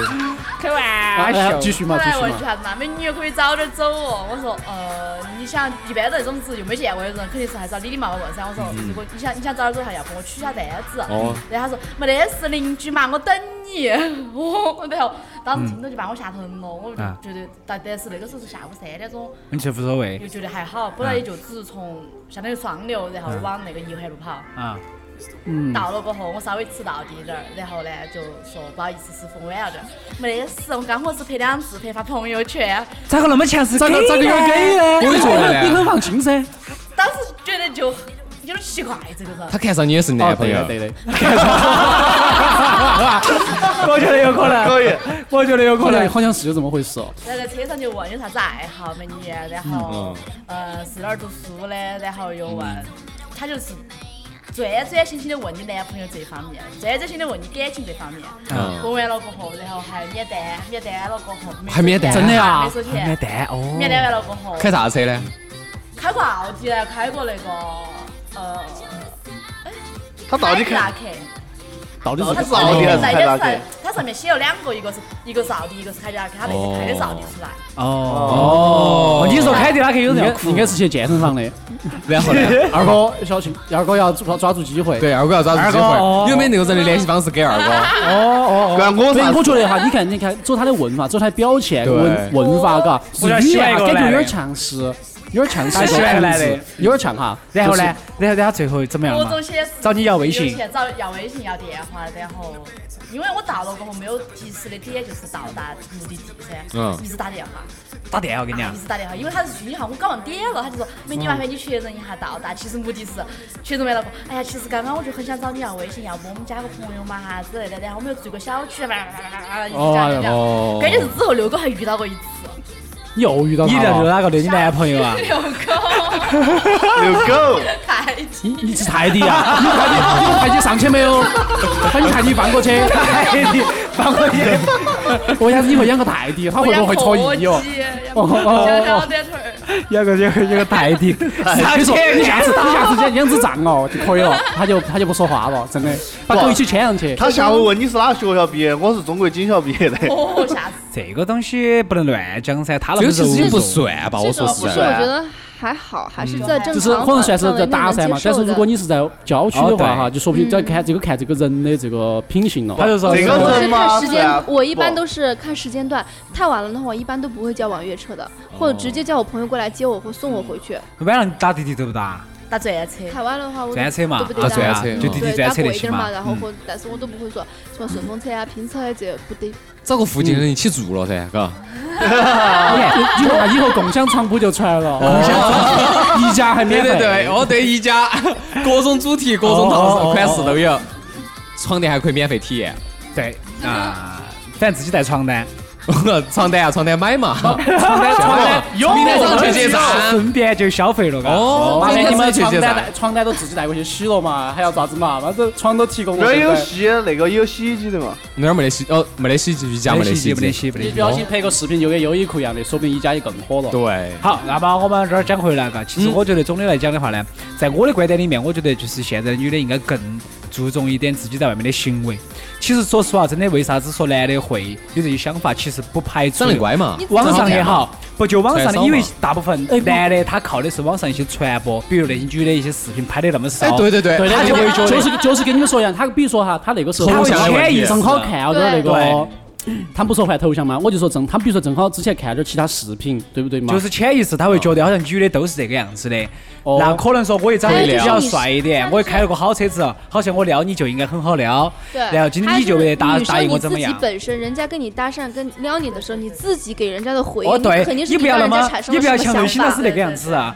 [SPEAKER 2] 开玩
[SPEAKER 5] 哎
[SPEAKER 2] 笑。
[SPEAKER 5] 继续嘛，
[SPEAKER 2] 后
[SPEAKER 5] 继
[SPEAKER 2] 来
[SPEAKER 6] 哎
[SPEAKER 5] 续
[SPEAKER 2] 问句
[SPEAKER 5] 嘛。
[SPEAKER 2] 啥子嘛，美女可以早点走哦。我说呃，你你想一般的这种子又没见过的人，肯定是还是要礼礼貌貌问噻。我说，如果你想你想找点东西，要不我取下单子。
[SPEAKER 7] 哦
[SPEAKER 2] 然后他说没得事，邻居嘛，我等你。 哦，然后当时听到就把我吓疼了，我就
[SPEAKER 4] 啊
[SPEAKER 2] 觉得，但但是那个时候是下午三点钟，
[SPEAKER 4] 你其实无所谓
[SPEAKER 2] 又觉得还好，本来也就只是从相当于双流，然后往那个颐和路跑。
[SPEAKER 4] 啊。
[SPEAKER 2] 到了过后，我稍微迟到一点儿，然后呢就说不好意思，师傅晚了点儿，没得事，我刚好是拍两自拍发朋友圈，
[SPEAKER 4] 咋个那么强势？咋
[SPEAKER 7] 个咋个有点
[SPEAKER 4] 给呢？
[SPEAKER 7] 我也觉得
[SPEAKER 5] 你很放心噻。
[SPEAKER 2] 当时觉得就有点奇怪这个人
[SPEAKER 7] 他。看上你也是男
[SPEAKER 5] 哎
[SPEAKER 7] 朋
[SPEAKER 4] 哦
[SPEAKER 7] 友，
[SPEAKER 5] 哦对的。
[SPEAKER 4] 我觉得有可能，可以，我觉得有可
[SPEAKER 5] 后来
[SPEAKER 4] 能。
[SPEAKER 5] 好像是有这么回事哦。
[SPEAKER 2] 然后在车上就问有啥子爱好没你，然
[SPEAKER 7] 嗯
[SPEAKER 2] 后呃是哪儿读书的，然后又问，他就是专专心心的问你男朋友这一方面，专专心的问你感情这方面。
[SPEAKER 7] 嗯，
[SPEAKER 2] 问完了过后，然后还免单，免单了过后没
[SPEAKER 7] 还免单
[SPEAKER 2] 收钱
[SPEAKER 7] 真的
[SPEAKER 5] 呀
[SPEAKER 2] 没收
[SPEAKER 4] 免
[SPEAKER 2] 钱，
[SPEAKER 4] 单哦，
[SPEAKER 2] 免单完了过后，
[SPEAKER 7] 开啥车呢？
[SPEAKER 2] 开过奥迪，开过那个呃，
[SPEAKER 3] 他到底
[SPEAKER 2] 凯
[SPEAKER 3] 看
[SPEAKER 2] 迪
[SPEAKER 5] 到底
[SPEAKER 3] 到
[SPEAKER 5] 是
[SPEAKER 3] 底
[SPEAKER 2] 拉
[SPEAKER 3] 是奥迪还是
[SPEAKER 2] 它
[SPEAKER 3] 凯
[SPEAKER 2] 也
[SPEAKER 3] 迪拉
[SPEAKER 2] 是
[SPEAKER 3] 克
[SPEAKER 2] 在？它上面写了两个，一个是一个是奥迪，一个是凯迪拉克，它那次开的是奥迪出来。
[SPEAKER 4] 哦
[SPEAKER 7] 哦
[SPEAKER 4] 哦，你说凯迪拉克有
[SPEAKER 5] 应
[SPEAKER 4] 人要
[SPEAKER 5] 该
[SPEAKER 4] 哭，
[SPEAKER 5] 应该是去健身房的。
[SPEAKER 7] 然 后呢？
[SPEAKER 5] 二哥小心，二哥要抓抓住机会。
[SPEAKER 7] 对，二哥要抓住机
[SPEAKER 4] 二哥哦
[SPEAKER 7] 会，有没有那个人的联系方式给二哥？
[SPEAKER 5] 哦哦
[SPEAKER 3] 关啊
[SPEAKER 5] 所
[SPEAKER 3] 我
[SPEAKER 5] 以
[SPEAKER 3] 啥
[SPEAKER 5] 我
[SPEAKER 3] 事？
[SPEAKER 5] 觉得哈，你看，你看，走他的问法，走他的表现、
[SPEAKER 7] 对
[SPEAKER 5] 问问法，嘎，
[SPEAKER 4] 哦我
[SPEAKER 5] 是
[SPEAKER 4] 要
[SPEAKER 5] 语
[SPEAKER 4] 喜欢一
[SPEAKER 5] 言啊
[SPEAKER 4] 个
[SPEAKER 5] 感觉有
[SPEAKER 4] 男的
[SPEAKER 5] 点强势，有点强势
[SPEAKER 4] 他
[SPEAKER 5] 和控
[SPEAKER 4] 喜
[SPEAKER 5] 制，
[SPEAKER 4] 欢男的
[SPEAKER 5] 有点强哈。
[SPEAKER 4] 然后呢？然后他最后怎么样
[SPEAKER 2] 我
[SPEAKER 4] 了嘛
[SPEAKER 2] 总？写是
[SPEAKER 4] 找你要微信
[SPEAKER 2] 有钱找要微信要电话，然后因为我到了过后没有及时的点就是到达目的地噻，
[SPEAKER 7] 嗯
[SPEAKER 2] 一直打电话，
[SPEAKER 4] 打电话给你啊
[SPEAKER 2] 一。直打电话，因为他是虚拟号，我刚忘点了，他就说没你麻烦你确认一下到达，其实目的是确认完了过后，哎呀，其实刚刚我就很想找你要微信，要不我们加个朋友嘛哈之类的，然后我们又住一个小区，叭叭叭叭叭，一直讲讲讲，
[SPEAKER 7] 哦
[SPEAKER 2] 关键是之后六哥还遇到过一次，
[SPEAKER 5] 你又遇到
[SPEAKER 4] 你
[SPEAKER 5] 他
[SPEAKER 4] 那就是
[SPEAKER 5] 了，
[SPEAKER 4] 哪个的？你男朋友 啊？
[SPEAKER 2] 六哥
[SPEAKER 3] 遛狗，
[SPEAKER 2] 太
[SPEAKER 5] 你你是泰迪啊？你泰迪，你泰迪上去 没有？把你泰迪放过去。
[SPEAKER 4] 凯迪，哎放我 去。
[SPEAKER 5] 为啥子你会养个泰迪？他会不会超意哦？哦哦哦
[SPEAKER 2] 想
[SPEAKER 5] 哦
[SPEAKER 2] 两点腿儿。
[SPEAKER 4] 有个有个有个泰迪，上
[SPEAKER 5] 你说你
[SPEAKER 4] 去
[SPEAKER 5] 下次你下次养养只藏獒哦就可以了，他就他就不说话了，真的，把狗一起牵上去。
[SPEAKER 3] 他下午问你是哪个学校毕业，我是中国警校毕业的。
[SPEAKER 2] 哦，吓死！
[SPEAKER 4] 这个东西不能乱讲噻，他那
[SPEAKER 7] 这
[SPEAKER 4] 么
[SPEAKER 7] 个其实也
[SPEAKER 4] 柔
[SPEAKER 7] 不
[SPEAKER 4] 弱，
[SPEAKER 7] 算吧，我说实
[SPEAKER 6] 不是，
[SPEAKER 7] 在
[SPEAKER 6] 我
[SPEAKER 7] 的。
[SPEAKER 6] 觉得还好，还是在正常
[SPEAKER 5] 就是可能算是在搭讪嘛，但是如果你是在郊区的话哈，就说
[SPEAKER 6] 嗯
[SPEAKER 5] 不定就要看这个看这个人的这个品行了。
[SPEAKER 4] 他就说
[SPEAKER 3] 这个
[SPEAKER 6] 我
[SPEAKER 3] 是
[SPEAKER 6] 是看时
[SPEAKER 3] 麻烦
[SPEAKER 6] 间，我一般
[SPEAKER 3] 不
[SPEAKER 6] 都是看时间段，太晚了的话，我一般都不会叫网约车的，或者直接叫我朋友过来接我或送我回去。
[SPEAKER 4] 晚上你打滴滴对不打？
[SPEAKER 2] 打专车，
[SPEAKER 6] 太晚了的话，我
[SPEAKER 4] 专车嘛
[SPEAKER 6] 都不，得
[SPEAKER 7] 啊
[SPEAKER 6] 打
[SPEAKER 7] 专车
[SPEAKER 4] 就滴滴
[SPEAKER 6] 对，
[SPEAKER 4] 专
[SPEAKER 6] 打
[SPEAKER 4] 车
[SPEAKER 6] 过
[SPEAKER 4] 那
[SPEAKER 6] 一
[SPEAKER 4] 些
[SPEAKER 6] 点嘛，
[SPEAKER 4] 嘛。
[SPEAKER 6] 然后或但是我都不会说什么顺风车呀、拼车呀，这不得。
[SPEAKER 7] 找个附近的人一起住了噻，嘎。
[SPEAKER 5] 以后以后共享床铺就出来了，共享
[SPEAKER 4] 嗯
[SPEAKER 5] 床铺一家还免费。
[SPEAKER 7] 哦 对，一家各种主题、各种套款式都有，床垫还可以免费体验，
[SPEAKER 4] 对啊，反正自己带床单，
[SPEAKER 7] 床单啊，床单买嘛。
[SPEAKER 4] 床单床单
[SPEAKER 7] 有明天上去结账
[SPEAKER 4] 顺便就消费了，嘎。
[SPEAKER 7] 哦
[SPEAKER 5] 麻
[SPEAKER 7] 明
[SPEAKER 5] 烦
[SPEAKER 7] 天
[SPEAKER 5] 你们
[SPEAKER 7] 上去
[SPEAKER 5] 床
[SPEAKER 7] 结
[SPEAKER 5] 单
[SPEAKER 7] 账。
[SPEAKER 5] 带床单都自己带过去洗了嘛，还要咋子嘛？反正床都提供
[SPEAKER 3] 那
[SPEAKER 5] 了
[SPEAKER 3] 儿
[SPEAKER 5] 现
[SPEAKER 3] 有
[SPEAKER 5] 在。
[SPEAKER 3] 洗那个有洗衣机的嘛？
[SPEAKER 7] 那儿没得洗，哦，没得洗衣机，一家
[SPEAKER 4] 没
[SPEAKER 7] 没
[SPEAKER 4] 得
[SPEAKER 7] 得
[SPEAKER 4] 洗
[SPEAKER 7] 洗
[SPEAKER 4] 衣机，没得
[SPEAKER 7] 衣
[SPEAKER 4] 洗
[SPEAKER 7] 机。
[SPEAKER 4] 衣机，没得
[SPEAKER 5] 你不
[SPEAKER 4] 洗衣
[SPEAKER 5] 小
[SPEAKER 4] 机。
[SPEAKER 5] 心拍个视频，就跟优衣库一样的，说不定一家也更火了。
[SPEAKER 7] 对，
[SPEAKER 4] 好，那么我们这儿讲回来，嘎，其实
[SPEAKER 7] 嗯
[SPEAKER 4] 我觉得总的来讲的话呢，在我的观点里面，我觉得就是现在的女的应该更注重一点自己在外面的行为。其实说实话，真的为啥子说男的会有这些想法，其实不排除
[SPEAKER 7] 长得乖嘛，
[SPEAKER 4] 网上也好，不就网上
[SPEAKER 7] 传
[SPEAKER 4] 的，
[SPEAKER 7] 销
[SPEAKER 4] 因为
[SPEAKER 7] 嘛
[SPEAKER 4] 大部分男的他靠的是网上一些传播，比如那些女的一些视频拍的那么骚，
[SPEAKER 7] 哎，对对对，
[SPEAKER 5] 对，
[SPEAKER 7] 他
[SPEAKER 5] 对
[SPEAKER 7] 就会觉
[SPEAKER 5] 就
[SPEAKER 7] 得
[SPEAKER 5] 是就是跟你们说一样，他比如说哈，他那个时候
[SPEAKER 4] 他
[SPEAKER 7] 头
[SPEAKER 4] 会
[SPEAKER 7] 像的问
[SPEAKER 4] 潜
[SPEAKER 7] 题啊
[SPEAKER 4] 意识
[SPEAKER 5] 正好看了点那个
[SPEAKER 4] 对，
[SPEAKER 5] 他们不说换头像嘛，我就说正，他们比如说正好之前看了点其他视频，对不对嘛？
[SPEAKER 4] 就是潜意识他会觉得好像女的都是这个样子的。
[SPEAKER 5] 哦
[SPEAKER 4] 那可能说我也长得
[SPEAKER 7] 会
[SPEAKER 4] 比
[SPEAKER 7] 撩
[SPEAKER 4] 较帅一点，我也开了个好车子，好像我撩你就应该很好撩。
[SPEAKER 6] 对，
[SPEAKER 4] 然后今天你就被答
[SPEAKER 6] 还是
[SPEAKER 4] 答应我怎么
[SPEAKER 6] 女生你
[SPEAKER 4] 样
[SPEAKER 6] 自己？本身人家跟你搭讪、跟撩你的时候，你自己给人家的回应，
[SPEAKER 4] 哦，对
[SPEAKER 6] 你肯定，是
[SPEAKER 4] 你不要
[SPEAKER 6] 对
[SPEAKER 4] 那
[SPEAKER 6] 人家
[SPEAKER 4] 么
[SPEAKER 6] 产，生
[SPEAKER 4] 你
[SPEAKER 6] 了
[SPEAKER 4] 不
[SPEAKER 6] 什
[SPEAKER 4] 要
[SPEAKER 6] 么
[SPEAKER 4] 强求
[SPEAKER 6] 想
[SPEAKER 4] 心到
[SPEAKER 6] 法
[SPEAKER 4] 是。那个样子啊。